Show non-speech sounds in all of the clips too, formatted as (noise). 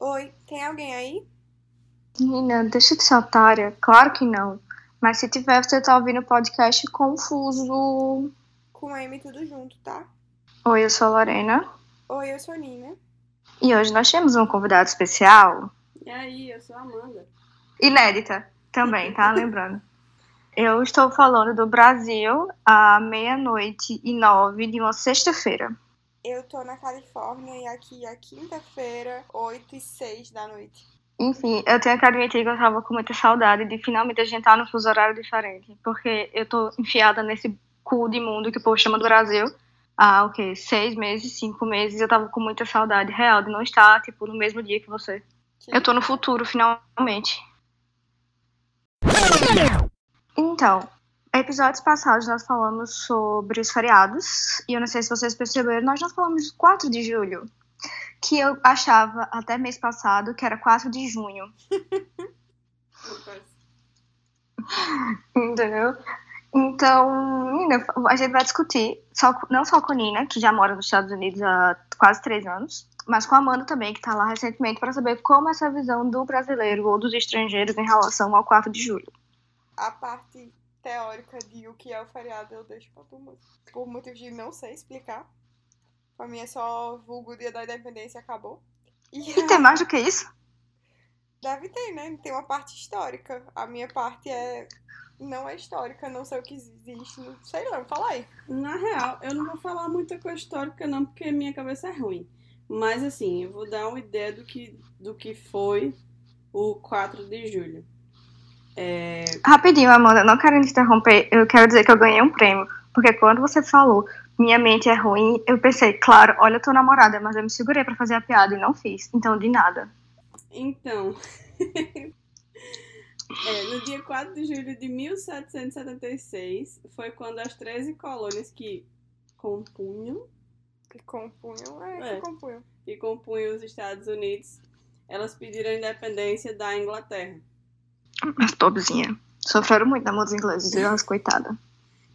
Oi, tem alguém aí? Menina, deixa de ser otária. Claro que não. Mas se tiver, você tá ouvindo o podcast Confuso. Com M tudo junto, tá? Oi, eu sou a Lorena. Oi, eu sou a Nina. E hoje nós temos um convidado especial. E aí, eu sou a Amanda. Inédita também, tá? Lembrando. Eu estou falando do Brasil à meia-noite e nove de uma sexta-feira. Eu tô na Califórnia e aqui é quinta-feira, 8 e 6 da noite. Enfim, eu tenho que admitir que eu tava com muita saudade de finalmente a gente estar num fuso horário diferente. Porque eu tô enfiada nesse cu de mundo que o povo chama do Brasil. Há o quê? Seis meses, cinco meses. Eu tava com muita saudade real de não estar, tipo, no mesmo dia que você. Eu tô no futuro, finalmente. Então, episódios passados nós falamos sobre os feriados. E eu não sei se vocês perceberam, nós já falamos 4 de julho. Que eu achava até mês passado que era 4 de junho. Entendeu? Então, menina, a gente vai discutir, só, com- não só com a Nina, que já mora nos Estados Unidos há quase três anos, mas com a Amanda também, que tá lá recentemente, para saber como é essa visão do brasileiro ou dos estrangeiros em relação ao 4 de julho. A parte teórica de o que é o feriado eu deixo pra todo mundo. Por motivos de não sei explicar. Pra mim é só vulgo dia da independência e acabou. E E tem mais do que isso? deve ter, né? Tem uma parte histórica. A minha parte é. Não é histórica, não sei o que existe. Não sei não, fala aí. Na real, eu não vou falar muita coisa histórica não, porque minha cabeça é ruim. Mas assim, eu vou dar uma ideia do que, do que foi o 4 de julho. É, Rapidinho, Amanda, não quero interromper, eu quero dizer que eu ganhei um prêmio, porque quando você falou minha mente é ruim, eu pensei, claro, olha, eu tô namorada, mas eu me segurei para fazer a piada e não fiz, então de nada. Então, (laughs) é, no dia 4 de julho de 1776, foi quando as 13 colônias que compunham Que compunham, é, É. que compunham. que compunham os Estados Unidos, elas pediram a independência da Inglaterra. Mas pobrezinha. Sofreram muito na mão dos ingleses, viu? As coitadas.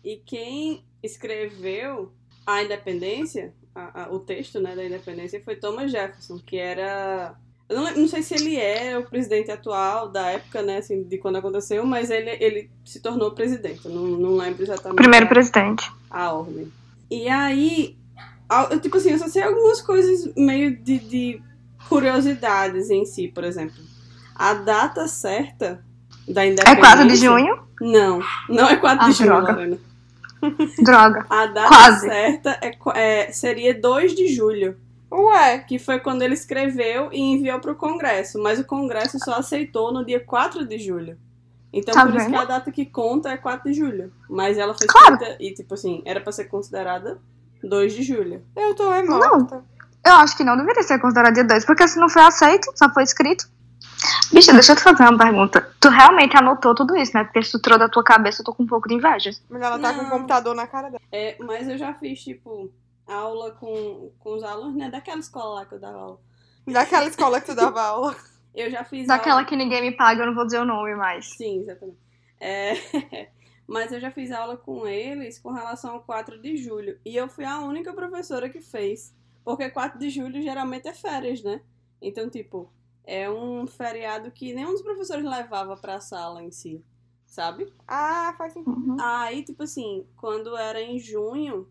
E quem escreveu a independência, a- a- o texto né, da independência, foi Thomas Jefferson, que era. Eu não, lem- não sei se ele é o presidente atual da época, né, assim, de quando aconteceu, mas ele, ele se tornou presidente. Eu Não, não lembro exatamente. Primeiro a- presidente. a ordem. E aí, ao- eu, tipo assim, eu só sei algumas coisas meio de, de curiosidades em si, por exemplo. A data certa da É independência. 4 de junho? Não, não é 4 Ah, de junho, droga. Lorena. Droga. A data Quase. certa é qu- é- seria 2 de julho, Ué, que foi quando ele escreveu e enviou para o Congresso, mas o Congresso só aceitou no dia 4 de julho. Então, Tá por isso que vendo? a data que conta é 4 de julho. Mas ela foi Claro. escrita e, tipo assim, era para ser considerada 2 de julho. eu tô é morta. Eu acho que não deveria ser considerado dia 2, porque se não foi aceito, só foi escrito. Bicha, deixa eu te fazer uma pergunta. Tu realmente anotou tudo isso, né? Porque se tu trouxe da tua cabeça, eu tô com um pouco de inveja. Mas ela tá com o Não. computador na cara dela. É, mas eu já fiz, tipo, aula com, com os alunos, né? Daquela escola lá que eu dava aula. Daquela escola que tu dava aula. Eu já fiz Daquela aula. que ninguém me paga, eu não vou dizer o nome mais. Sim, exatamente. É, (laughs) Mas eu já fiz aula com eles com relação ao 4 de julho. E eu fui a única professora que fez. Porque 4 de julho geralmente é férias, né? Então, tipo, é um feriado que nenhum dos professores levava pra sala em si, sabe? Ah, faz sentido. Uhum. Aí, tipo assim, quando era em junho,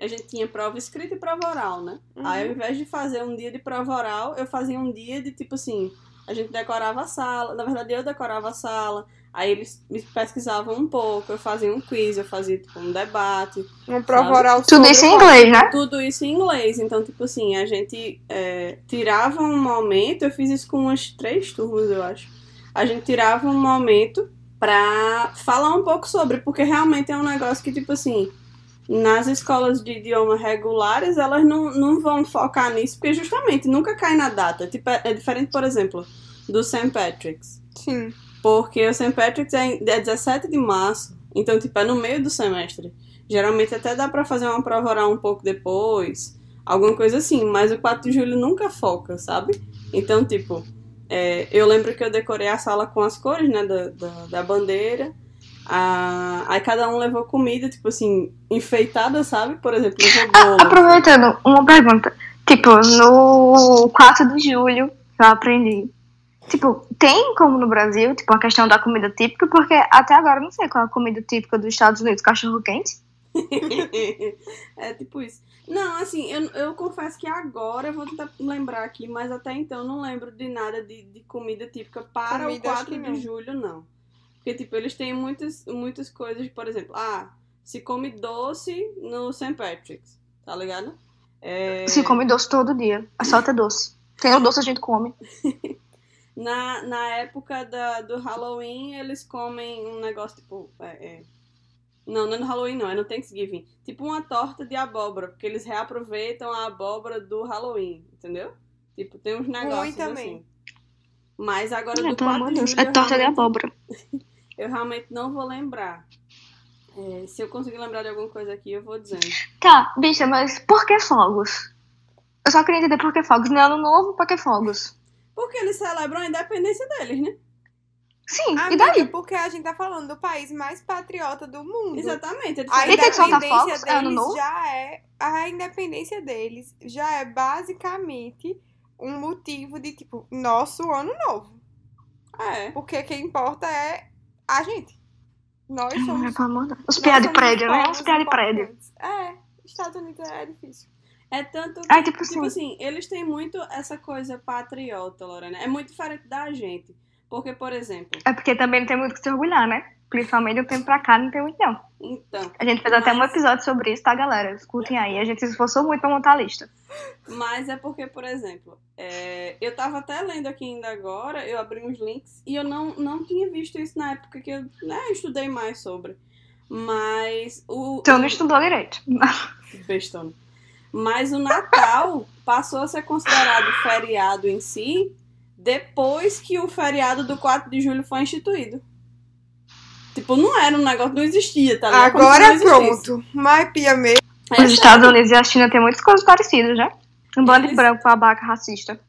a gente tinha prova escrita e prova oral, né? Uhum. Aí, ao invés de fazer um dia de prova oral, eu fazia um dia de, tipo assim, a gente decorava a sala. Na verdade, eu decorava a sala. Aí eles me pesquisavam um pouco, eu fazia um quiz, eu fazia, tipo, um debate. (laughs) Uma prova Sabe? oral Tudo sobre isso em qual- inglês, né? Tudo isso em inglês. Então, tipo assim, a gente é, tirava um momento. Eu fiz isso com umas três turmas, eu acho. A gente tirava um momento pra falar um pouco sobre, porque realmente é um negócio que, tipo assim, nas escolas de idioma regulares, elas não, não vão focar nisso, porque justamente nunca cai na data. Tipo, é é diferente, por exemplo, do St. Patrick's. Sim. Porque o St. Patrick's é em- é 17 de março, então, tipo, é no meio do semestre. Geralmente até dá pra fazer uma prova oral um pouco depois, alguma coisa assim, mas o 4 de julho nunca foca, sabe? Então, tipo, é, eu lembro que eu decorei a sala com as cores, né, da, da, da bandeira. Ah, aí cada um levou comida, tipo assim, enfeitada, sabe? Por exemplo, levou bolo. Aproveitando, uma pergunta. Tipo, no 4 de julho, eu aprendi. Tipo, tem como no Brasil, tipo, a questão da comida típica, porque até agora eu não sei qual é a comida típica dos Estados Unidos, cachorro quente. (laughs) é tipo isso. Não, assim, eu, eu confesso que agora eu vou tentar lembrar aqui, mas até então não lembro de nada de, de comida típica para Comida, o 4 acho que de não. julho, não. Porque, tipo, eles têm muitas, muitas coisas, por exemplo, ah, se come doce no St. Patrick's, tá ligado? É, Se come doce todo dia. A solta é doce. Tem o doce a gente come. na, na época da, do Halloween, eles comem um negócio tipo. é, é. Não, não é no Halloween, não, é no Thanksgiving. Tipo uma torta de abóbora, porque eles reaproveitam a abóbora do Halloween, entendeu? Tipo, tem uns negócios também. assim. Mas agora É, do pelo 4 amor de de Deus. julho, É eu torta de realmente- abóbora. Eu realmente não vou lembrar. É, se eu conseguir lembrar de alguma coisa aqui, eu vou dizendo. Tá, bicha, mas por que fogos? Eu só queria entender por que fogos. Não é ano novo, por que fogos? Porque eles celebram a independência deles, né? Sim, Ah, e Amiga, daí? porque a gente tá falando do país mais patriota do mundo. Exatamente. Eles A Ele tem que soltar independência fogos? É ano deles novo? já é. A independência deles já é basicamente um motivo de tipo, nosso ano novo. Ah, é. Porque quem importa é a gente. Nós somos. Ai, pelo amor de Deus. Os nós piá de somos prédio, né? povos Os piá de prédio. importantes. É, Estados Unidos é difícil. É tanto que, Ai, tipo, tipo assim, eles têm muito essa coisa patriota, Lorena. É muito diferente da gente. Porque, por exemplo, É porque também não tem muito o que se orgulhar, né? Principalmente do tempo pra cá, não tem muito, não. então, A gente fez até um Mas- episódio sobre isso, tá, galera? Escutem aí. A gente se esforçou muito pra montar a lista. mas é porque, por exemplo, é, eu tava até lendo aqui ainda agora, eu abri uns links e eu não, não tinha visto isso na época que eu né, estudei mais sobre. Mas o. Então o- não estudou direito. bestona. Mas o Natal passou a ser considerado feriado em si depois que o feriado do 4 de julho foi instituído. Tipo, não era um negócio, não existia, tá é ligado? Como se Agora é não existisse. pronto. Mas pia mesmo. É Os sério. Estados Unidos e a China têm muitas coisas parecidas, né? Um bando de Eles- branco, babaca, racista.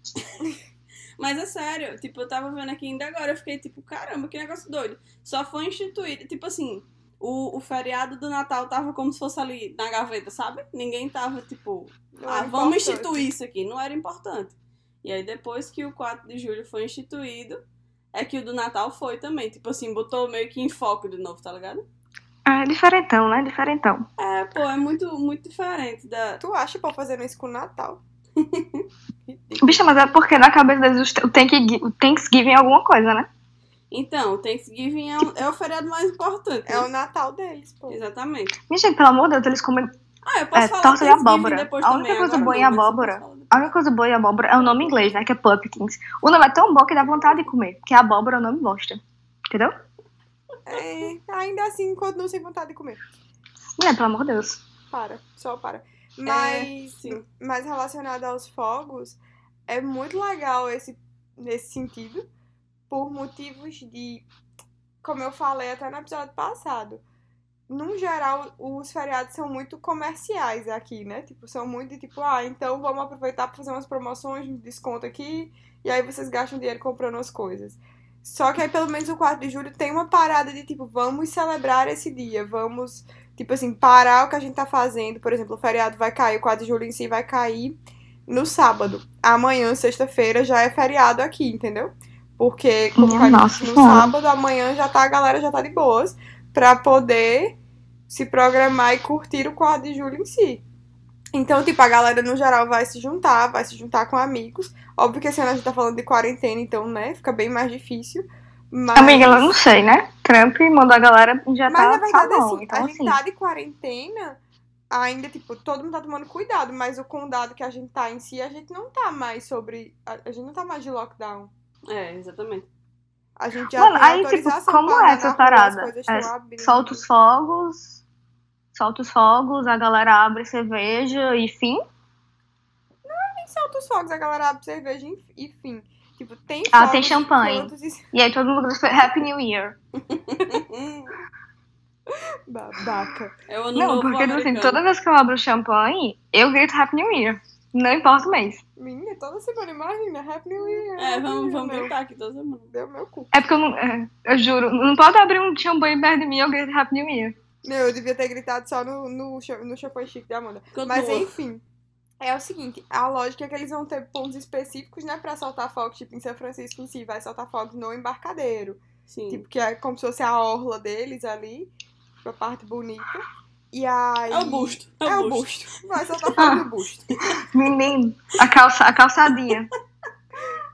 Mas é sério, tipo, eu tava vendo aqui ainda agora, eu fiquei tipo, caramba, que negócio doido. Só foi instituído, tipo assim, o, o feriado do Natal tava como se fosse ali na gaveta, sabe? Ninguém tava, tipo, não Ah, é vamos importante. instituir isso aqui. Não era importante. E aí, depois que o 4 de julho foi instituído, é que o do Natal foi também. Tipo assim, botou meio que em foco de novo, tá ligado? É diferentão, né? Diferentão. É, pô, é muito, muito diferente da. Tu acha pô fazendo um isso com o Natal? Bicha, mas é porque na cabeça deles o Thanksgiving o Thanksgiving é alguma coisa, né? Então, o Thanksgiving é, um- é o feriado mais importante. É né? o Natal deles, pô. Exatamente. Minha gente, pelo amor de Deus, eles comem. Ah, eu posso É, falar torta de Thanksgiving abóbora. depois A também, única coisa agora boa em não, mas eu posso abóbora. falar depois. A única coisa boa de abóbora é o nome em inglês, né? Que é pumpkins. O nome é tão bom que dá vontade de comer, porque abóbora é o nome bosta. Entendeu? É, ainda assim, continuo sem vontade de comer. Mulher, pelo amor de Deus. Para, só para. É Mas, sim. mas relacionado aos fogos, é muito legal esse, nesse sentido, por motivos de, como eu falei até no episódio passado, num geral, os feriados são muito comerciais aqui, né? Tipo, são muito de tipo, ah, então vamos aproveitar para fazer umas promoções, um desconto aqui, e aí vocês gastam dinheiro comprando as coisas. Só que aí, pelo menos, o 4 de julho tem uma parada de tipo, vamos celebrar esse dia, vamos tipo assim, parar o que a gente tá fazendo. Por exemplo, o feriado vai cair, o 4 de julho em si vai cair no sábado. Amanhã, sexta-feira, já é feriado aqui, entendeu? Porque como Minha cai no nossa senhora. sábado, amanhã já tá, a galera já tá de boas pra poder se programar e curtir o 4 de julho em si. Então, tipo, a galera no geral vai se juntar, vai se juntar com amigos. Óbvio que esse ano a gente tá falando de quarentena, então, né, fica bem mais difícil. Mas... Amiga, eu não sei, né? Trump mandou a galera já Mas na tá verdade, sabão. assim, então, a gente assim. tá de quarentena, ainda, tipo, todo mundo tá tomando cuidado, mas o condado que a gente tá em si, a gente não tá mais sobre. A, a gente não tá mais de lockdown. É, exatamente. A gente já Mano, tem aí, tipo, autorização como pra andar é na essa rua, parada? as coisas É, estão abrindo. Solta os fogos. Solta os fogos, a galera abre cerveja e fim. Nem solta os fogos, a galera abre cerveja e- e fim. Tipo, tem Ah, fogos tem champanhe. enquanto (laughs) se- E aí todo mundo grita Happy New Year. Hum. Babaca. É o ano Não, novo porque assim, americano. toda vez que eu abro champanhe, eu grito Happy New Year. Não importa o mês. Menina, toda semana, imagina. né? Happy New Year. É, Happy New vamos, Year, vamos não. gritar aqui toda semana. Deu meu cu. É porque eu não. é, Eu juro, não pode abrir um champanhe perto de mim e eu grito Happy New Year. Não, eu devia ter gritado só no, no, cha- no champanhe chique da Amanda. Continua. Mas enfim. é o seguinte, a lógica é que eles vão ter pontos específicos, né, pra soltar fogos, tipo em São Francisco em si, vai soltar fogos no embarcadero. Sim. Tipo, que é como se fosse a orla deles ali, tipo, a parte bonita. E aí. é o busto. É, o busto. Vai soltar fogo no busto. Menino, a, calça, a (laughs) calçadinha.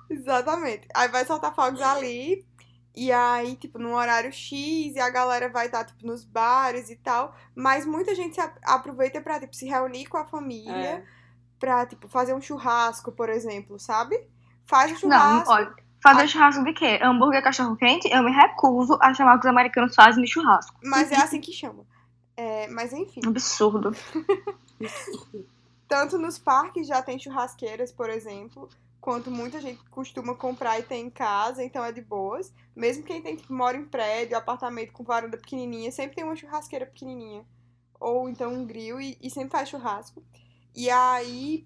Exatamente. Aí vai soltar fogos ali. E aí, tipo, num horário X, e a galera vai estar, tipo, nos bares e tal. Mas muita gente se a- aproveita pra, tipo, se reunir com a família. É. pra, tipo, fazer um churrasco, por exemplo, sabe? Faz um Não, churrasco. olha. Fazer churrasco de quê? Hambúrguer cachorro quente? Eu me recuso a chamar o que os americanos fazem de churrasco. Um mas é assim que chama. É, mas enfim, Absurdo. tanto nos parques já tem churrasqueiras, por exemplo, quanto muita gente costuma comprar e tem em casa, então é de boas. Mesmo quem tem que mora em prédio, apartamento com varanda pequenininha, sempre tem uma churrasqueira pequenininha. Ou então um grill e, e sempre faz churrasco. E aí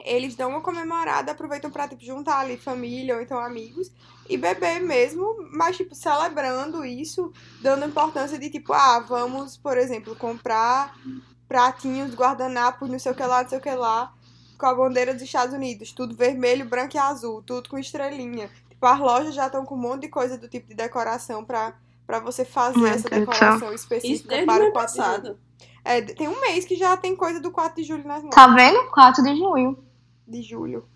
eles dão uma comemorada, aproveitam pra tipo, juntar ali família ou então amigos e beber mesmo, mas tipo celebrando isso, dando importância de tipo, ah, vamos, por exemplo, comprar pratinhos, guardanapos, não sei o que lá, não sei o que lá, com a bandeira dos Estados Unidos, tudo vermelho, branco e azul, tudo com estrelinha. Tipo, as lojas já estão com um monte de coisa do tipo de decoração pra para você fazer Meu essa Deus do céu. decoração específica Isso desde o para Assim, o ano 4 de julho. passado. É, tem um mês que já tem coisa do 4 de julho nas mãos. Tá vendo? 4 de junho. De julho.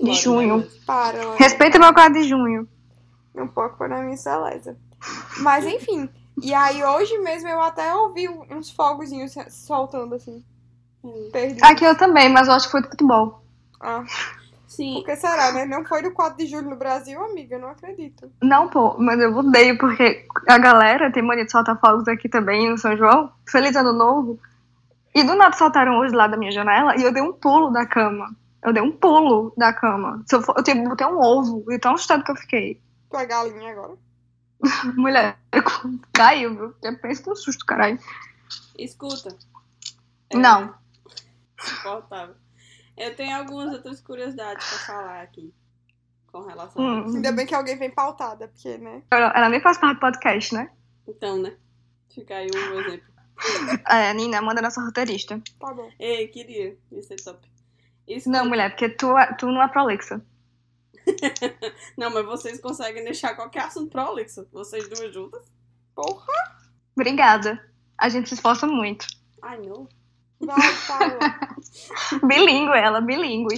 De junho. Para, Ana. Respeita meu 4 de junho. Um pouco para minha celeza. Mas enfim. E aí hoje mesmo eu até ouvi uns fogozinhos se- soltando assim. um. Perdi. Aqui eu também, mas eu acho que foi do futebol. Ah, Sim. o que será, né? Não foi do 4 de julho no Brasil, amiga? Eu não acredito. Não, pô, mas eu odeio, porque a galera tem mania de soltar fogos aqui também no São João. Feliz ano novo. E do nada soltaram hoje lá da minha janela e eu dei um pulo da cama. Eu dei um pulo da cama. Se eu, for, eu te- botei um ovo e tão assustado que eu fiquei. Tua é galinha agora. Mulher, eu (laughs) caiu, viu? Já pensa no é um susto, caralho. Escuta. É Não. Insuportável. Eu tenho algumas outras curiosidades pra falar aqui. Com relação a isso. Hum. Ainda bem que alguém vem pautada, porque, né? Ela, ela nem faz parte do podcast, né? Então, né? Fica aí o meu exemplo. É, Nina, manda nossa roteirista. Tá bom. Ei, queria. Isso é top. Escuta. Não, mulher, porque tu, é- tu não é prolixa. Não, mas vocês conseguem deixar qualquer assunto prolixo. Vocês duas juntas. Porra, Obrigada. A gente se esforça muito. (laughs) Ai, não. vai, tá fala. Bilingue ela, bilingue.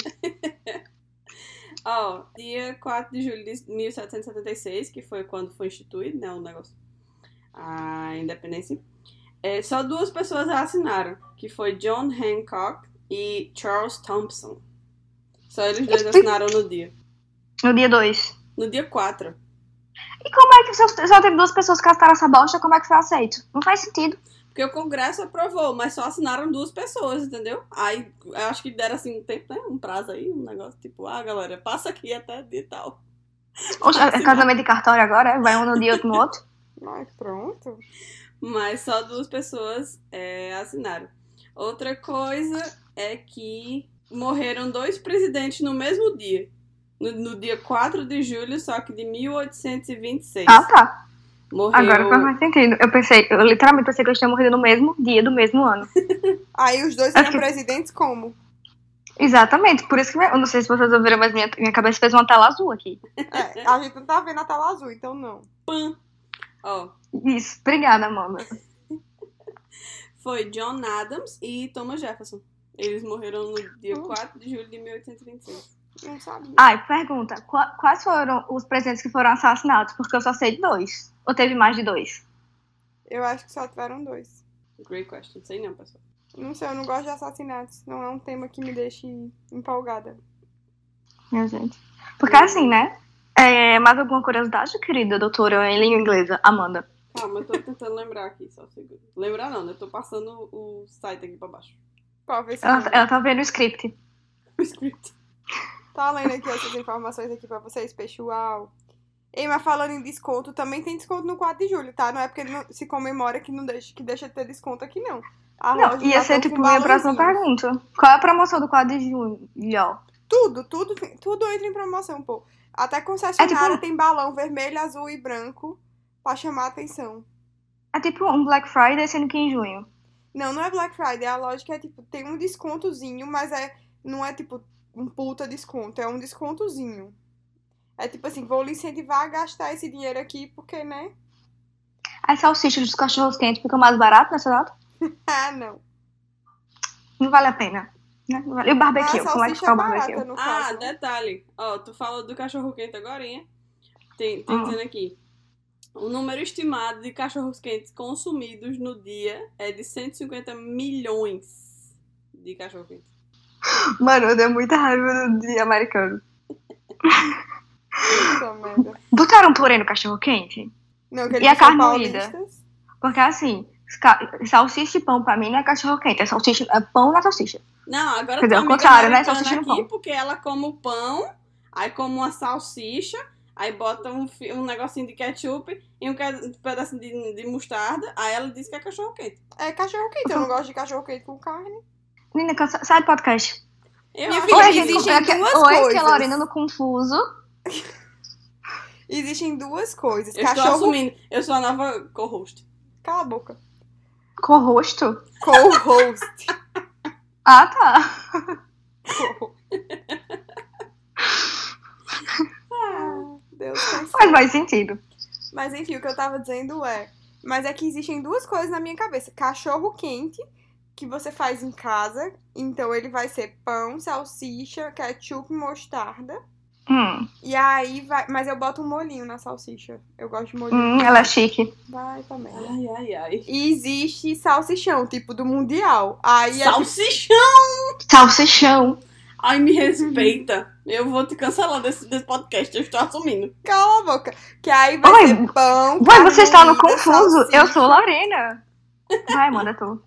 Ó, dia 4 de julho de 1776, que foi quando foi instituído, né, o negócio, a independência, é, só duas pessoas assinaram, que foi John Hancock e Charles Thompson. Só eles dois assinaram no dia. No dia 2. No dia 4. E como é que só, só teve duas pessoas que assinaram essa bosta, como é que foi aceito? Não faz sentido. Porque o Congresso aprovou, mas só assinaram duas pessoas, entendeu? Aí, eu acho que deram, assim, um tempo, né, um prazo aí, um negócio tipo, ah, galera, passa aqui até dia tal. Oxe, é casamento de cartório agora, é? vai um no dia, outro no outro. Mas pronto. Mas só duas pessoas é, assinaram. Outra coisa é que morreram dois presidentes no mesmo dia. No, no dia 4 de julho, só que de 1826. Ah, tá. Morreu. Agora faz mais sentido. Eu pensei, eu literalmente pensei que eles tinham morrido no mesmo dia do mesmo ano. Aí os dois É eram que- presidentes como? Exatamente, por isso que eu não sei se vocês ouviram, mas minha, minha cabeça fez uma tela azul aqui. É, a gente não tá vendo a tela azul, então não. Ó, Isso, obrigada, Amanda. foi John Adams e Thomas Jefferson. Eles morreram no dia Hum. 4 de julho de 1826. Não sabia. Ai, pergunta, qua- quais foram os presidentes que foram assassinados? Porque eu só sei de dois. Ou teve mais de dois? Eu acho que só tiveram dois. Great question. Sei não, pessoal. Não sei, eu não gosto de assassinatos. Não é um tema que me deixe empolgada. Minha gente. Porque assim, né? É, mais alguma curiosidade, querida doutora em língua inglesa, Amanda? Calma, eu tô tentando lembrar aqui, só um segundo. Lembrar não, né? Eu tô passando o site aqui pra baixo. (laughs) Talvez Ela, sim. ela tá vendo o script. O script. Tá lendo aqui essas informações aqui pra vocês, pessoal. Ei, mas falando em desconto, também tem desconto no 4 de julho, tá? Não é porque não se comemora que não deixa, que deixa de ter desconto aqui, não. A Não, loja ia já ser tá com tipo minha próxima balãozinho. pergunta. Qual é a promoção do quadro de junho? E, ó, Tudo, tudo, tudo entra em promoção, pô. Até É concessionária tipo tem balão vermelho, azul e branco pra chamar a atenção. É tipo um Black Friday, sendo que em junho. Não, não é Black Friday. A lógica é tipo, tem um descontozinho, mas é não é tipo um puta desconto, é um descontozinho. É tipo assim, vou lhe incentivar a gastar esse dinheiro aqui, porque, né? As salsichas dos cachorros quentes ficam mais baratas nessa data? Ah, não. Não vale a pena. né? Não vale- E o barbecue? a Como é que salsicha fica é o barbecue? barata, no Ah, caso. né? detalhe. Ó, tu falou do cachorro quente agora, hein? Tem, tem Ah. dizendo aqui. O número estimado de cachorros quentes consumidos no dia é de 150 milhões de cachorro quente. Mano, eu dei muita raiva do- de americano. Puta merda. Botaram um purê no cachorro quente? Não, que E a eles são carne moída? paulistas. Porque assim, ca- salsicha e pão pra mim não é cachorro quente, é, salsicha, é pão na salsicha. Não, agora Quer dizer, tua ao amiga contrário, né? americana Salsicha no aqui pão. porque ela come o pão, aí come uma salsicha, aí bota um, fi- um negocinho de ketchup e um ca- um pedacinho de, de mostarda, aí ela diz que é cachorro quente. É cachorro quente, eu não gosto de cachorro quente com carne. Menina, cansa- sai do podcast. Eu Minha acho filha, Ou que a existe- gente existem compra aqui, duas ou é que a coisas. Lorena no Confuso. Existem duas coisas. eu estou cachorro. assumindo. Eu sou a nova co-host. Cala a boca. Com rosto? (laughs) Co-host. Ah, tá. Co- Ah, Deus do céu. Faz mais sentido. Mas enfim, o que eu tava dizendo é. Mas é que existem duas coisas na minha cabeça: cachorro quente, que você faz em casa. Então ele vai ser pão, salsicha, ketchup, mostarda. Hum, E aí vai. Mas eu boto um molinho na salsicha. Eu gosto de molinho. hum, ela é chique. Vai pra merda. Ai, ai, ai. E existe salsichão, tipo do Mundial. Aí é tipo, Salsichão! Salsichão. Ai, me respeita. Eu vou te cancelar desse, desse podcast, eu estou assumindo. cala a boca. Que aí vai Oi, ser pão. Ué, você está no carne moída, Confuso. Eu salsicha. sou Lorena. Vai, manda tu.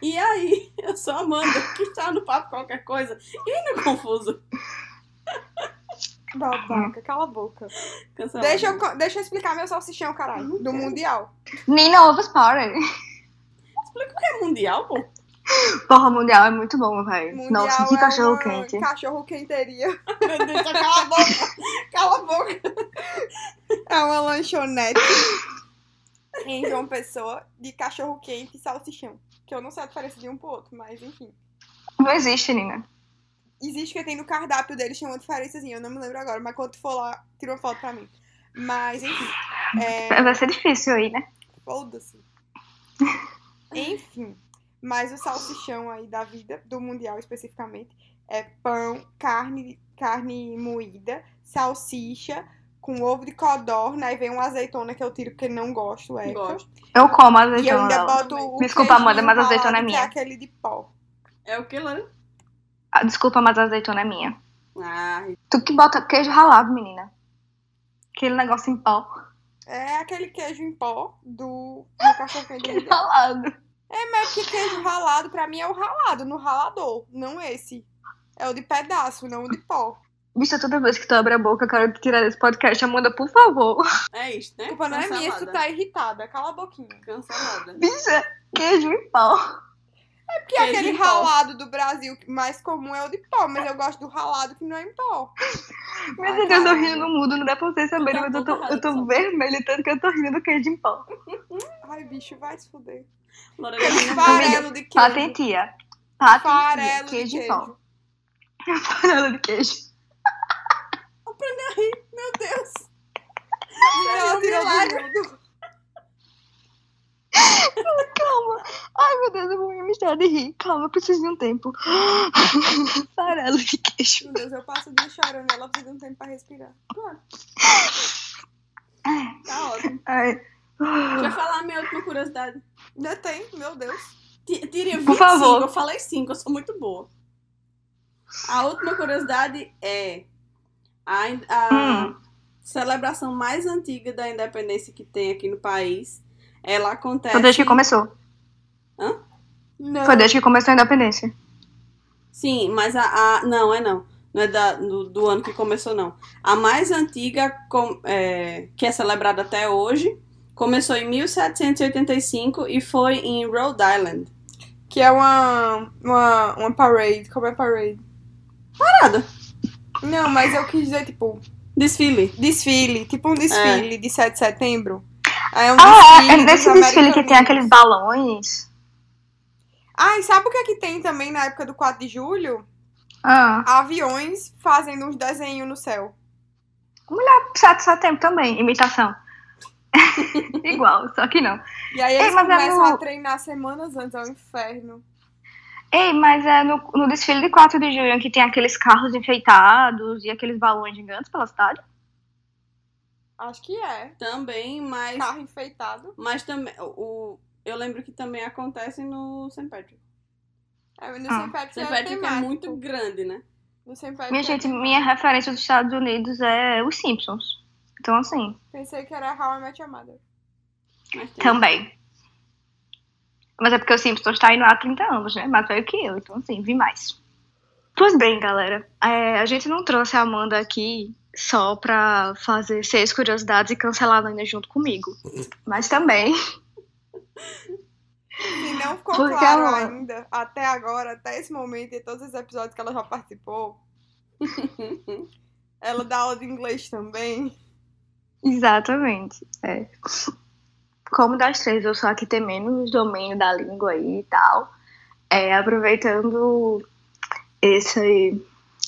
E aí, eu sou a Amanda, que está no papo qualquer coisa. E no confuso. Babaca, cala a boca. Cancelado. Deixa eu, co- deixa eu explicar meu salsichão, caralho. Do Mundial. Nina Ovas Party. É mundial, pô. Porra, mundial é muito bom, velho. Mundial Nossa, que é cachorro uma quente. Cachorro quenteria. (laughs) Meu Deus, só cala a (laughs) boca. Cala a boca. É uma lanchonete em João Pessoa de cachorro quente e salsichão. Que eu não sei a diferença de um pro outro, mas enfim. Não existe, Nina. Existe que tem no cardápio deles, tem uma diferençazinha, eu não me lembro agora, mas quando tu for lá, tira uma foto pra mim. Mas enfim. É, Vai ser difícil aí, né? Foda-se. Enfim, mas o salsichão aí da vida, do Mundial especificamente, é pão, carne, carne moída, salsicha, com ovo de codorna, aí vem uma azeitona que eu tiro porque não gosto, é. Gosto. Eu como a E eu azeitona ainda dela. boto o Então, Desculpa, Amanda, mas a queijinho azeitona é ralado, que minha. aquele de pó. É o que, Lana? Ah, Desculpa, mas a azeitona é minha. Ai. Tu que bota queijo ralado, menina. Aquele negócio em pau. É aquele queijo em pó do, do cachorro quente do Queijo Mundial. ralado. É, mas que queijo ralado, pra mim é o ralado, no ralador, não esse. É o de pedaço, não o de pó. Bicha, toda vez que tu abre a boca, eu quero te tirar desse podcast. Amanda, por favor. (laughs) É isso, né? A culpa não é minha se tu Cancelada. tá irritada, cala a boquinha. Cancelada. Bicha, queijo em pau. Porque Queijo é aquele em pó. ralado do Brasil que mais comum é o de pó, mas eu gosto do ralado que não é em pó. Meu Ai, Tá Deus, eu tô caralho. rindo no mudo, não dá pra vocês saberem, mas eu tô, eu tô vermelho tanto que eu tô rindo do queijo em pau. Ai, bicho, vai se fuder. Lorena, Aquele não- farelo de queijo. Patentia. Patentia. Farelo de Queijo em queijo. pau. (laughs) Farelo de queijo. Meu Deus. Sério, Ela tirou milagre. de tudo. Calma. Ai, meu Deus, eu vou me misturar de rir. Calma, eu preciso de um tempo. (gasps) Farelo de queijo. Meu Deus, eu passo o dia chorando. Ela precisa de um tempo pra respirar. Tá ótimo. Ai. Deixa eu falar a minha última curiosidade. Ainda tem, meu Deus. Ti- Tirei 25, Por favor. eu falei 5, eu sou muito boa. A última curiosidade é a, in- a Hum. celebração mais antiga da independência que tem aqui no país. Ela acontece. Foi desde que começou. Não. Foi desde que começou a independência. Sim, mas a, a- Não, é não. Não é da, do, do ano que começou, não. A mais antiga, com- é, que é celebrada até hoje, começou em 1785 e foi em Rhode Island. Que é uma, uma, uma parade. Como é parade? Parada. Não, mas eu quis dizer, tipo, Desfile. desfile. Tipo um desfile de 7 de setembro. Aí é um Ah, é, desfile é dos nesse desfile que tem americanos. aqueles balões. Ah, e sabe o que é que tem também na época do 4 de julho? Ah, Aviões fazendo uns desenhos no céu. certo, só tempo também, imitação. (laughs) Igual, só que não. E aí eles mas é começam no- a treinar semanas antes, é um inferno. Ei, mas é no, no desfile de 4 de julho que tem aqueles carros enfeitados e aqueles balões gigantes pela cidade? Acho que é. Também, mas. Tá. Carro enfeitado. Mas também. O, eu lembro que também acontece no St. Patrick. É, no Ah, St. Patrick St. é Patrick é temático. muito grande, né? No St. Patrick Minha é gente, temático. minha referência dos Estados Unidos é os Simpsons. Então, assim, Pensei que era How I Met Your Mother. Mas tem- também. Mas é porque os Simpsons tá indo há 30 anos, né? Mais velho que eu, então, assim, vi mais. Pois bem, galera, é, a gente não trouxe a Amanda aqui só pra fazer seis curiosidades e cancelar a Nina junto comigo. Mas também, Se não ficou Porque claro ela- ainda, até agora, até esse momento e todos os episódios que ela já participou, (laughs) ela dá aula de inglês também. exatamente. é. Como das três, eu sou a que tem menos domínio da língua aí e tal. É, aproveitando esse,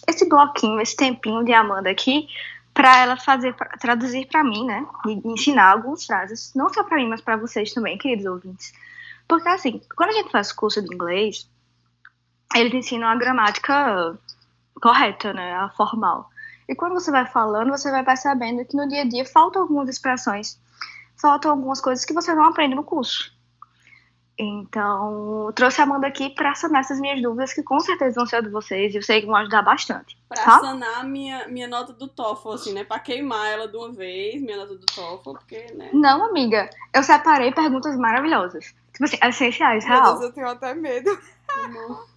esse bloquinho, esse tempinho de Amanda aqui, pra ela fazer, pra- traduzir pra mim, né? E ensinar algumas frases, não só pra mim, mas pra vocês também, queridos ouvintes. Porque assim, quando a gente faz curso de inglês, eles ensinam a gramática correta, né? A formal. E quando você vai falando, você vai percebendo que no dia a dia faltam algumas expressões, faltam algumas coisas que você não aprende no curso. Então, eu trouxe a Amanda aqui pra sanar essas minhas dúvidas, que com certeza vão ser a de vocês, e eu sei que vão ajudar bastante. Pra Tá. sanar a minha, minha nota do TOEFL, assim, né? Pra queimar ela de uma vez, minha nota do TOEFL, porque, né? Não, amiga. Eu separei perguntas maravilhosas. Tipo assim, essenciais, Meu Deus, real. eu tenho até medo. amor.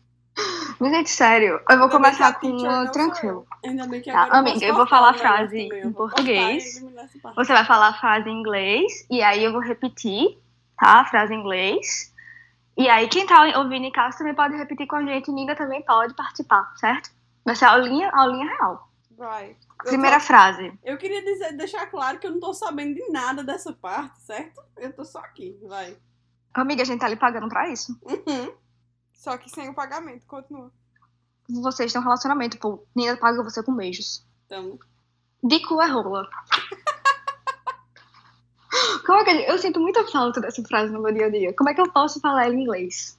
Mas, gente, sério. Eu vou Ainda bem que a começar com teacher uma não tranquilo. Ainda bem que Tá, agora amiga, posso eu vou cortar falar a o negócio frase também, eu em vou português. cortar e eliminar essa parte. Você vai falar a frase em inglês e aí eu vou repetir, tá? A frase em inglês. E aí quem tá ouvindo em casa também pode repetir com a gente. e Ninda também pode participar, certo? Vai ser a aulinha, aulinha real. Vai. Eu tô- Primeira frase. Eu queria dizer- deixar claro que eu não tô sabendo de nada dessa parte, certo? Eu tô só aqui, vai. Amiga, a gente tá lhe pagando pra isso. Uhum. Só que sem o pagamento, continua. Vocês têm um relacionamento, pô. Ninda paga você com beijos. Então, De cu é (laughs) rola. Como é que eu- eu sinto muita falta dessa frase no meu dia a dia. Como é que eu posso falar ela em inglês?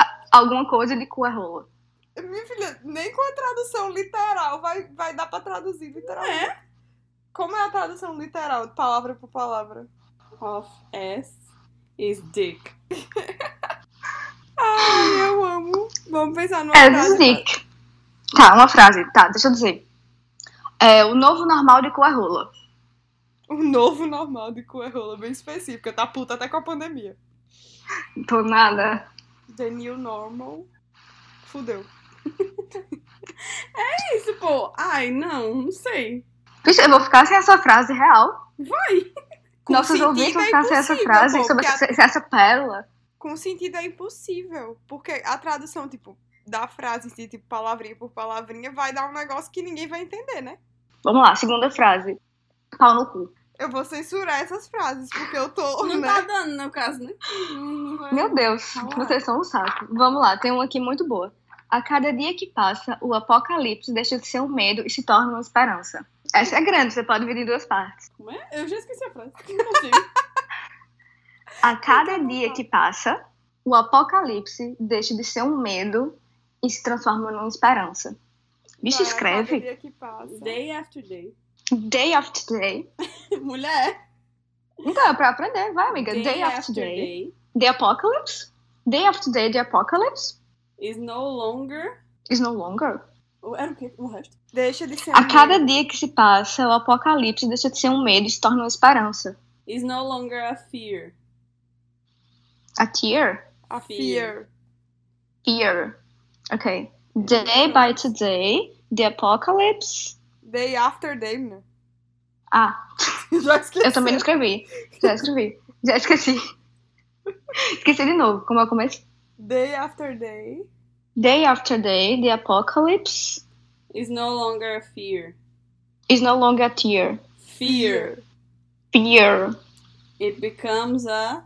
A- Alguma coisa de cu é rola. Minha filha, nem com a tradução literal vai, vai dar pra traduzir literalmente. é. Como é a tradução literal, de palavra por palavra? Of ass is dick. (laughs) Ai, eu amo. Vamos pensar numa É, frase. Zic. Tá, uma frase. Tá, deixa eu dizer. É, o novo normal de cu é rola. (laughs) O Um novo normal de cuerrola, bem específica. Tá puta até com a pandemia. Tô nada. The new normal. Fudeu. É Isso, pô. Ai, não, não sei. Vixe, eu vou ficar sem essa frase real. Vai. Com Nossos sentido ouvintes vão é ficar sem essa impossível, frase, pô, sobre porque a- sem essa pérola. com sentido é impossível. Porque a tradução, tipo, da frase em si, tipo, palavrinha por palavrinha, vai dar um negócio que ninguém vai entender, né? Vamos lá, segunda frase. Pau no cu. Eu vou censurar essas frases, porque eu tô. Não né? tá dando, no caso, né? Não, não vai. Meu Deus, Vamos lá. vocês são um saco. Vamos lá, tem uma aqui muito boa. A cada dia que passa, o apocalipse deixa de ser um medo e se torna uma esperança. Essa é grande, você pode dividir em duas partes. Como é? Eu já esqueci a (laughs) frase. Não consigo. A cada Então, dia que passa, o apocalipse deixa de ser um medo e se transforma numa esperança. Bicho, é Vai, cada escreve. dia que passa. Day after day. Day after day. (laughs) Mulher. Então, é pra aprender, vai, amiga. Day after day. day The apocalypse. Day after day, the apocalypse is no longer. is no longer. Era o quê? O resto? Deixa de ser. um A cada medo. dia que se passa, o apocalipse deixa de ser um medo e se torna uma esperança. Is no longer a fear. A tear? A fear. Fear. Ok. Day by today, the apocalypse. Day after day, (laughs) menina. Ah, Já esqueci. eu também não escrevi. Já escrevi. Já esqueci. (laughs) Esqueci de novo, como eu comecei. Day after day. Day after day, the apocalypse Is no longer a fear. is no longer a tear. Fear. Fear It becomes a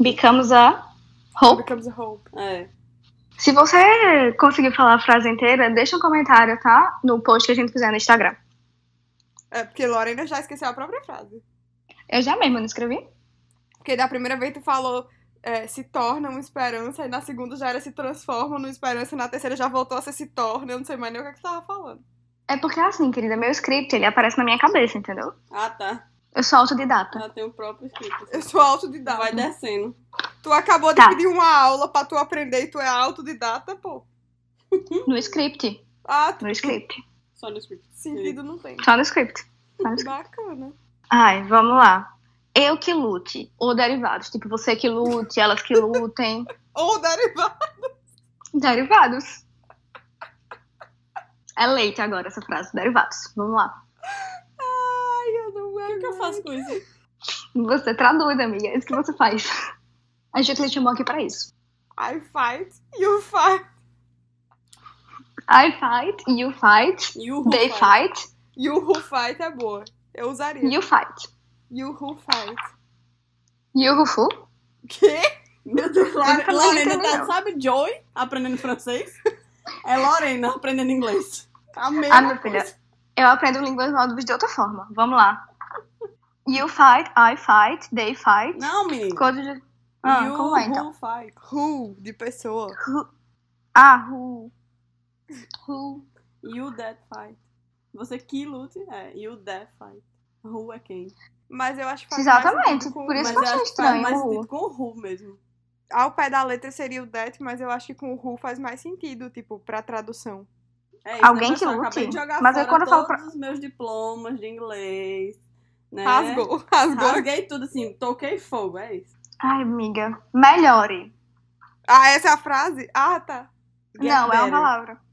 becomes a Hope. Becomes a hope. É. Se você conseguir falar a frase inteira, deixa um comentário, tá? No post que a gente fizer no Instagram. É, porque Lorena já esqueceu a própria frase. Eu já mesmo não escrevi? Porque da primeira vez tu falou é, se torna uma esperança, e na segunda já era se transforma numa esperança, e na terceira já voltou a ser se torna, eu não sei mais nem o que, é que tu tava falando. É porque assim, querida, meu script, ele aparece na minha cabeça, entendeu? Ah, tá. Eu sou autodidata. Ela tem o próprio escrito. Eu sou autodidata. Vai descendo. Tu acabou de Tá. pedir uma aula pra tu aprender e tu é autodidata, pô. No script. Ah, tu- No script. Só no escrito. sentido não tem. Só no script. Só no script. Bacana. Ai, vamos lá. Eu que lute. Ou derivados. Tipo, você que lute, elas que lutem. (laughs) Ou derivado. Derivados. É leite agora essa frase, derivados. Vamos lá. Ai, eu não O que, que eu faço com isso? Você traduz, amiga. É isso que você faz. A gente lhe chamou aqui pra isso. I fight, you fight, I fight, you fight, E o they fight, you who fight é boa. Eu usaria. You, you fight. who fight. You who fu? Que? Meu Deus, Lore- Eu não Lorena entendi, tá, não. sabe Joy aprendendo francês? É Lorena aprendendo inglês. A mesma Ah, minha filha, eu aprendo línguas novas de outra forma. Vamos lá. (laughs) You fight, I fight, they fight. Não, menina. Coisas de... Ah, you como é então? who fight. Who, de pessoa. Ah, who. Who. You that fight. Você que lute é you that fight. Who é quem? Mas eu acho que faz Exatamente, mais sentido com- por isso mas que eu eu achei acho que faz- Faz estranho. mais who. sentido com who mesmo. Ao pé da letra seria o that, mas eu acho que com o who faz mais sentido, tipo, pra tradução. É isso, Alguém né, que pessoal? lute. Acabei de jogar Mas aí fora quando eu falo todos os meus diplomas de inglês. Né? Rasgou, É. (laughs) rasgou. Rasguei tudo assim, toquei fogo, é isso. Ai, amiga. Melhore. Ah, essa é a frase? Ah, tá. Get Não, é uma better. palavra.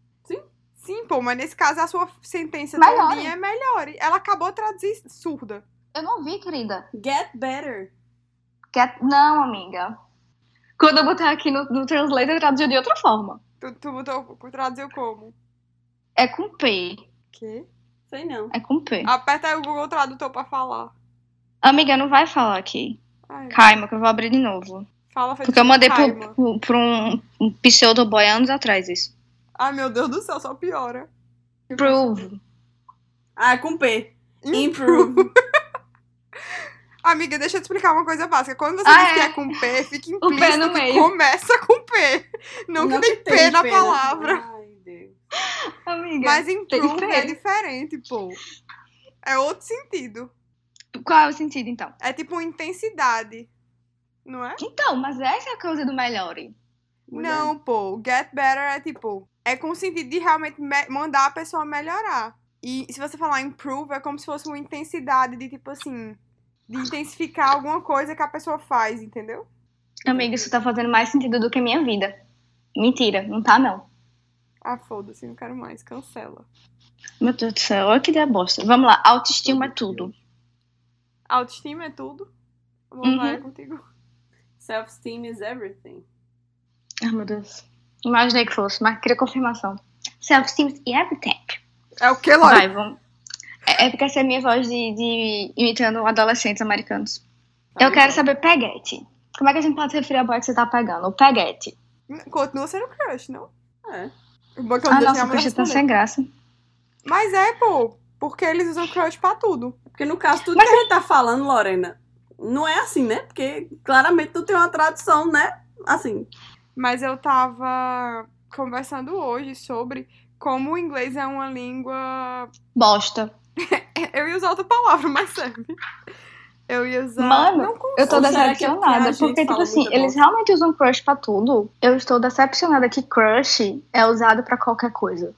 Sim, pô, mas nesse caso a sua sentença Melhore. todinha é melhor. Ela acabou de traduzir surda. Eu não vi, querida. Get better. Get... Não, amiga. Quando eu botar aqui no, no translator, traduziu de outra forma. Tu, tu botou, traduziu como? É com P. Que? Sei não. É com P. Aperta aí o Google Tradutor pra falar. Amiga, não vai falar aqui. Ai, Calma, que eu vou abrir de novo. fala feito Porque eu mandei Caima. pro, pro, pra um, um pseudo boy anos atrás isso. Ai, meu Deus do céu, só piora. Prove. Ah, é com P. Improve. Improve. Amiga, deixa eu te explicar uma coisa básica. Quando você Ah, diz que é. é com P, fica (laughs) pé implícito no que meio. começa com P. Não, que tem P na palavra. né? Ai, Deus. né? Amiga. Mas improve P. é diferente, pô. É outro sentido. Qual é o sentido, então? É tipo intensidade. Não é? Então, mas essa é a causa do melhore. é. Mulher. Não, pô. Get better é tipo. É com o sentido de realmente me- mandar a pessoa melhorar. E se você falar improve, é como se fosse uma intensidade de tipo assim. De intensificar alguma coisa que a pessoa faz, entendeu? Amiga, isso tá fazendo mais sentido do que a minha vida. Mentira, não tá não. Ah, foda-se, não quero mais. Cancela. Meu Deus do céu, olha que ideia bosta. Vamos lá, autoestima é tudo. Autoestima é tudo. Vamos lá, é Uhum. contigo. Self-esteem is everything. Ai, Ah, meu Deus. Imaginei que fosse, mas queria confirmação. Self-esteem e everything. É o que, Lore? Vai, vamos. É, é porque essa é a minha voz de, de imitando adolescentes americanos. Eu quero saber peguete. Como é que a gente pode se referir a boy que você tá pegando? O peguete. Continua sendo crush, não? É. O bancão Ah, deixa nossa, a mulher poxa, tá responder. sem graça. Mas é, pô. Porque eles usam crush pra tudo. Porque no caso, tudo que a gente tá falando, Lorena, não é assim, né? Porque claramente tu tem uma tradução, né? Assim. Mas eu tava conversando hoje sobre como o inglês é uma língua. Bosta. Eu ia usar outra palavra, (laughs) mas serve. Eu ia usar. Mano, não consigo. Eu tô Ou será que é porque a decepcionada, gente porque, tipo fala assim, muito eles bosta? realmente usam crush pra tudo. Eu estou decepcionada que crush é usado pra qualquer coisa.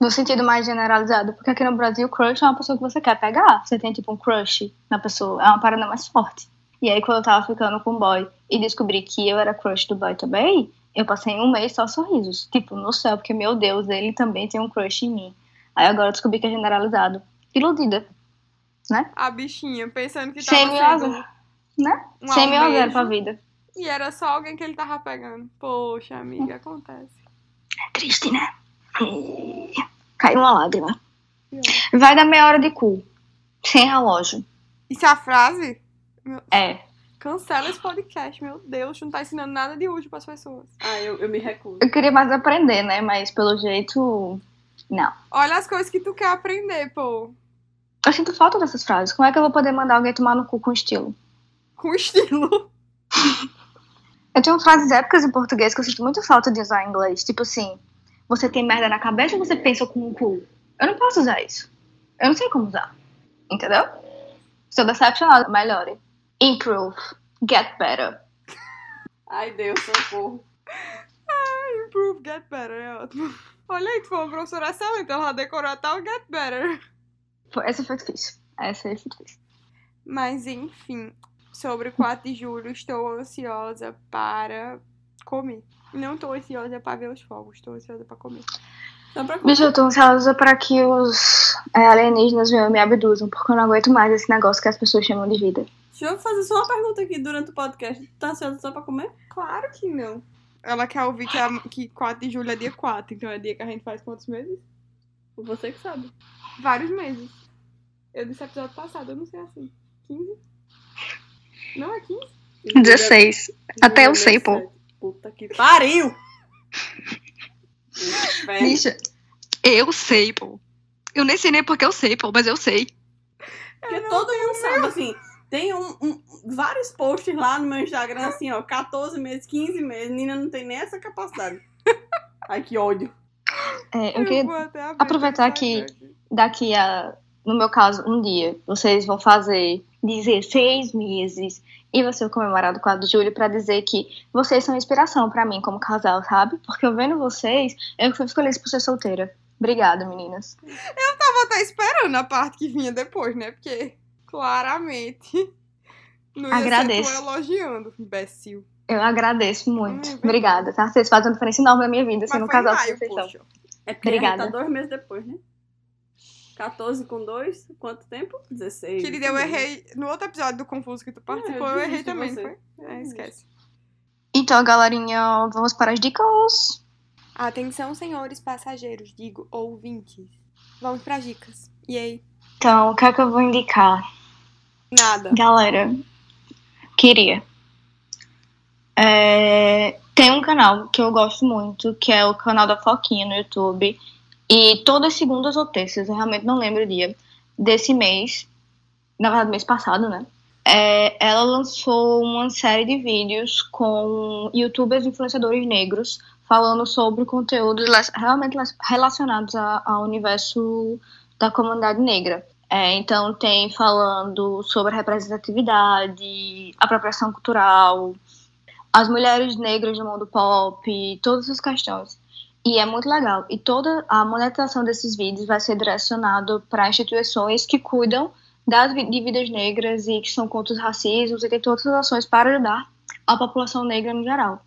No sentido mais generalizado, porque aqui no Brasil, crush é uma pessoa que você quer pegar. Você tem, tipo, um crush na pessoa, é uma parada mais forte. E aí, quando eu tava ficando com um boy e descobri que eu era crush do boy também, eu passei um mês só sorrisos. Tipo, no céu, porque, meu Deus, ele também tem um crush em mim. Aí agora eu descobri que é generalizado. Iludida. A bichinha, pensando que Sem tava mil sendo. né? Um Sem meu zero almejo, pra vida. E era só alguém que ele tava pegando. Poxa, amiga, acontece. Triste, né? é, Caiu uma lágrima. Vai dar meia hora de cu. Sem relógio. Isso é a frase? É. Cancela esse podcast, meu Deus, tu não tá ensinando nada de útil pras pessoas. Ah, eu, eu me recuso. Eu queria mais aprender, né? Mas pelo jeito. Não. Olha as coisas que tu quer aprender, pô. Eu sinto falta dessas frases. Como é que eu vou poder mandar alguém tomar no cu com estilo? Com (laughs) estilo. Eu tenho frases épicas em português que eu sinto muito falta de usar em inglês. Tipo assim, você tem merda na cabeça ou você pensa com o cu? Eu não posso usar isso. Eu não sei como usar. Entendeu? Estou decepcionada. Melhore. Improve. Get better. Ai, Deus, socorro. Improve, get better, é ótimo. Olha aí, tu foi uma professora excelente, ela decorou até o get better. Pô, Essa foi difícil. Essa aí foi difícil. Mas enfim, sobre o 4 de julho, estou ansiosa para comer. Não tô ansiosa para ver os fogos, estou ansiosa para comer. Dá Então, pra Bicho, eu tô ansiosa pra que os é, alienígenas me, me abduzam, porque eu não aguento mais esse negócio que as pessoas chamam de vida. Deixa eu fazer só uma pergunta aqui durante o podcast. Tá ansiosa só pra comer? Claro que não. Ela quer ouvir que, a- que 4 de julho é dia 4, então é dia que a gente faz quantos meses? Você que sabe. Vários meses. Eu disse episódio passado, eu não sei assim. 15? Não é 15? 16. Até eu sei, pô. 17. Puta que (laughs) pariu! Inferno. Bicho, eu sei, pô. Eu nem sei nem porque eu sei, pô, mas eu sei. Porque todo mundo sabe, assim, tem um, um- vários posts lá no meu Instagram, assim, ó, 14 meses, 15 meses, Nina não tem nem essa capacidade. Ai, que ódio. É, eu queria vou até abrir aproveitar aqui no que- Instagram. daqui a, no meu caso, um dia, vocês vão fazer 16 meses e você vai comemorar do 4 de julho pra dizer que vocês são inspiração pra mim como casal, sabe? Porque eu vendo vocês, eu fico feliz por ser solteira. Obrigada, meninas. vou estar esperando a parte que vinha depois, né? Porque claramente não ia Agradeço. ser tu elogiando, imbecil. Eu agradeço muito. Ai, obrigada. Obrigada, tá? Vocês fazem uma diferença enorme na minha vida, Mas sendo um foi casal em de maio, perfeição. poxa. É porque a gente Obrigada. tá dois meses depois, né? 14 com 2, quanto tempo? 16. Querida, eu errei. No outro episódio do Confuso que tu participou, Ah, eu eu, errei desisto de também, você. não foi? É, esquece. Então, galerinha, vamos para as dicas. Atenção, senhores passageiros, digo ouvintes. Vamos pras dicas. E aí? Então, o que é que eu vou indicar? Nada. Galera, queria. É, tem um canal que eu gosto muito, que é o canal da Foquinha no YouTube. E todas segundas ou terças, eu realmente não lembro o dia, desse mês, na verdade, mês passado, né? É, ela lançou uma série de vídeos com youtubers e influenciadores negros falando sobre conteúdos la- realmente la- relacionados a- ao universo da comunidade negra. É, então tem falando sobre representatividade, apropriação cultural, as mulheres negras do mundo pop, todas essas questões. E é muito legal. E toda a monetização desses vídeos vai ser direcionado para instituições que cuidam das vi- de vidas negras e que são contra os racismos e tem todas as ações para ajudar a população negra no geral.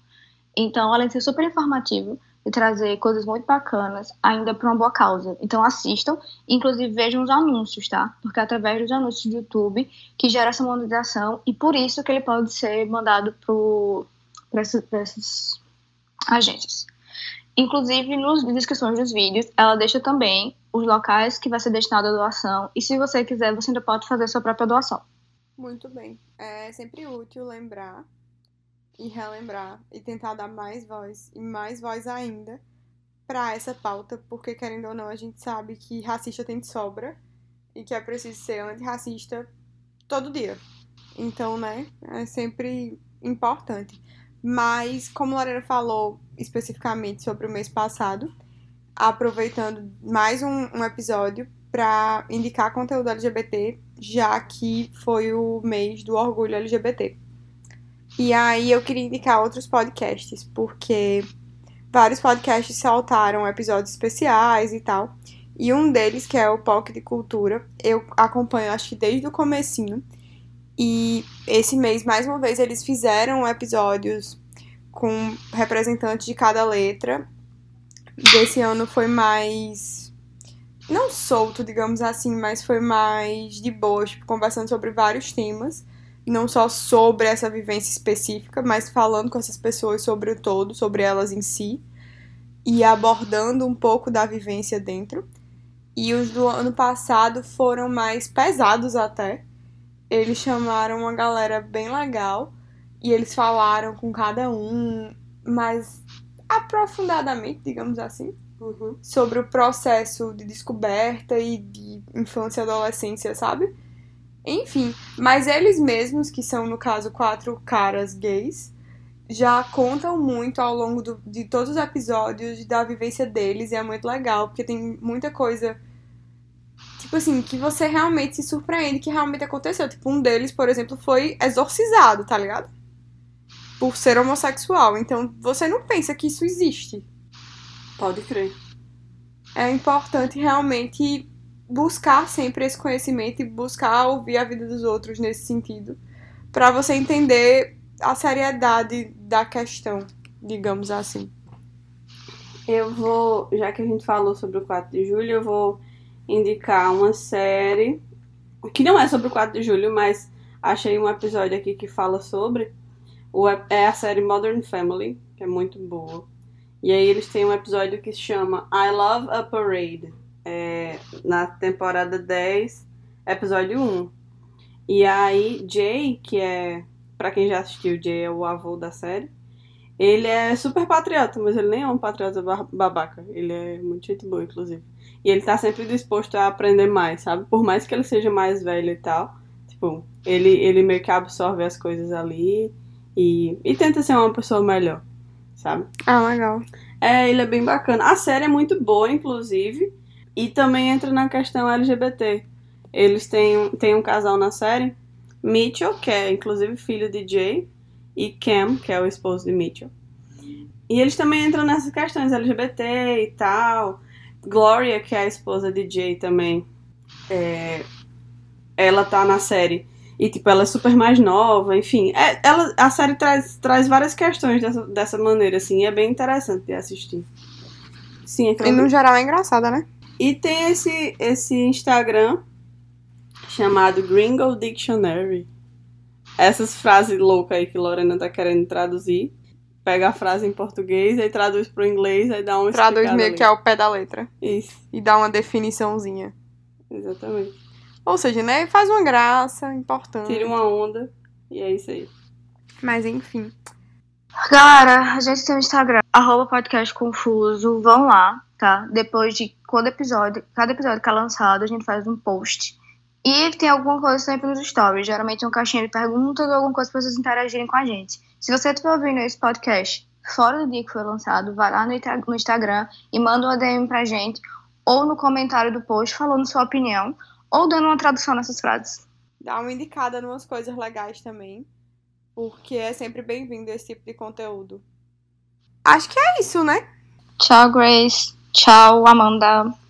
Então, além de ser super informativo e trazer coisas muito bacanas, ainda para uma boa causa. Então, assistam, inclusive vejam os anúncios, tá? Porque é através dos anúncios do YouTube que gera essa monetização e por isso que ele pode ser mandado para essas agências. Inclusive, nas descrições dos vídeos, ela deixa também os locais que vai ser destinado a doação. E se você quiser, você ainda pode fazer sua própria doação. Muito bem. É sempre útil lembrar e relembrar e tentar dar mais voz e mais voz ainda pra essa pauta, porque querendo ou não, a gente sabe que racista tem de sobra e que é preciso ser antirracista todo dia. Então, né, é sempre importante. Mas, como Lorena falou especificamente sobre o mês passado, aproveitando mais um, um episódio para indicar conteúdo LGBT, já que foi o mês do orgulho LGBT. E aí eu queria indicar outros podcasts, porque vários podcasts soltaram episódios especiais e tal. E um deles, que é o POC de Cultura, eu acompanho acho que desde o comecinho. E esse mês, mais uma vez, eles fizeram episódios com representantes de cada letra. Desse ano foi mais não solto, digamos assim, mas foi mais de boa, tipo, conversando sobre vários temas, não só sobre essa vivência específica, mas falando com essas pessoas sobre o todo, sobre elas em si, e abordando um pouco da vivência dentro. E os do ano passado foram mais pesados até. Eles chamaram uma galera bem legal e eles falaram com cada um mais aprofundadamente, digamos assim, Uhum. sobre o processo de descoberta e de infância e adolescência, sabe? Enfim, mas eles mesmos, que são no caso quatro caras gays, já contam muito ao longo do- de todos os episódios da vivência deles e é muito legal, porque tem muita coisa tipo assim, que você realmente se surpreende que realmente aconteceu. Tipo, um deles, por exemplo, foi exorcizado, tá ligado? Por ser homossexual. Então, você não pensa que isso existe. Pode crer. É importante realmente buscar sempre esse conhecimento e buscar ouvir a vida dos outros nesse sentido, Pra você entender a seriedade da questão, digamos assim. Eu vou, já que a gente falou sobre o 4 de julho, eu vou indicar uma série que não é sobre o 4 de julho, mas achei um episódio aqui que fala sobre. O ep- é a série Modern Family, que é muito boa. E aí eles têm um episódio que se chama I Love a Parade, é, na temporada 10, episódio 1. E aí Jay, que é, pra quem já assistiu, Jay é o avô da série. Ele é super patriota, mas ele nem é um patriota ba- babaca. Ele é muito gente boa, inclusive. E ele tá sempre disposto a aprender mais, sabe? Por mais que ele seja mais velho e tal. Tipo, ele, ele meio que absorve as coisas ali e, e tenta ser uma pessoa melhor, sabe? Ah, legal. É, ele é bem bacana. A série é muito boa, inclusive. E também entra na questão LGBT. Eles têm, um- têm um casal na série, Mitchell, que é inclusive filho de Jay, e Cam, que é o esposo de Mitchell. E eles também entram nessas questões LGBT e tal. Gloria, que é a esposa de Jay também, é, ela tá na série. E, tipo, ela é super mais nova, enfim. É, ela, a série traz, traz várias questões dessa, dessa maneira, assim, e é bem interessante de assistir. Sim, é E no geral é engraçada, né? e tem esse, esse Instagram chamado Gringo Dictionary. Essas frases loucas aí que Lorena tá querendo traduzir. Pega a frase em português, aí traduz pro inglês, aí dá um Traduz meio que é... ao pé da letra Isso, e dá uma definiçãozinha. exatamente. Ou seja, né? Faz uma graça importante. Tira uma onda e é isso aí. Mas enfim. Galera, a gente tem um Instagram, arroba podcast confuso, vão lá, tá? Depois de cada episódio, cada episódio que é lançado, a gente faz um post. E tem alguma coisa sempre nos stories, geralmente é uma caixinha de perguntas ou alguma coisa para vocês interagirem com a gente. Se você estiver ouvindo esse podcast fora do dia que foi lançado, vai lá no, Ita- no Instagram e manda uma DM pra gente, ou no comentário do post falando sua opinião, ou dando uma tradução nessas frases. Dá uma indicada em umas coisas legais também. Porque é sempre bem-vindo esse tipo de conteúdo. Acho que é isso, né? Tchau, Grace. Tchau, Amanda.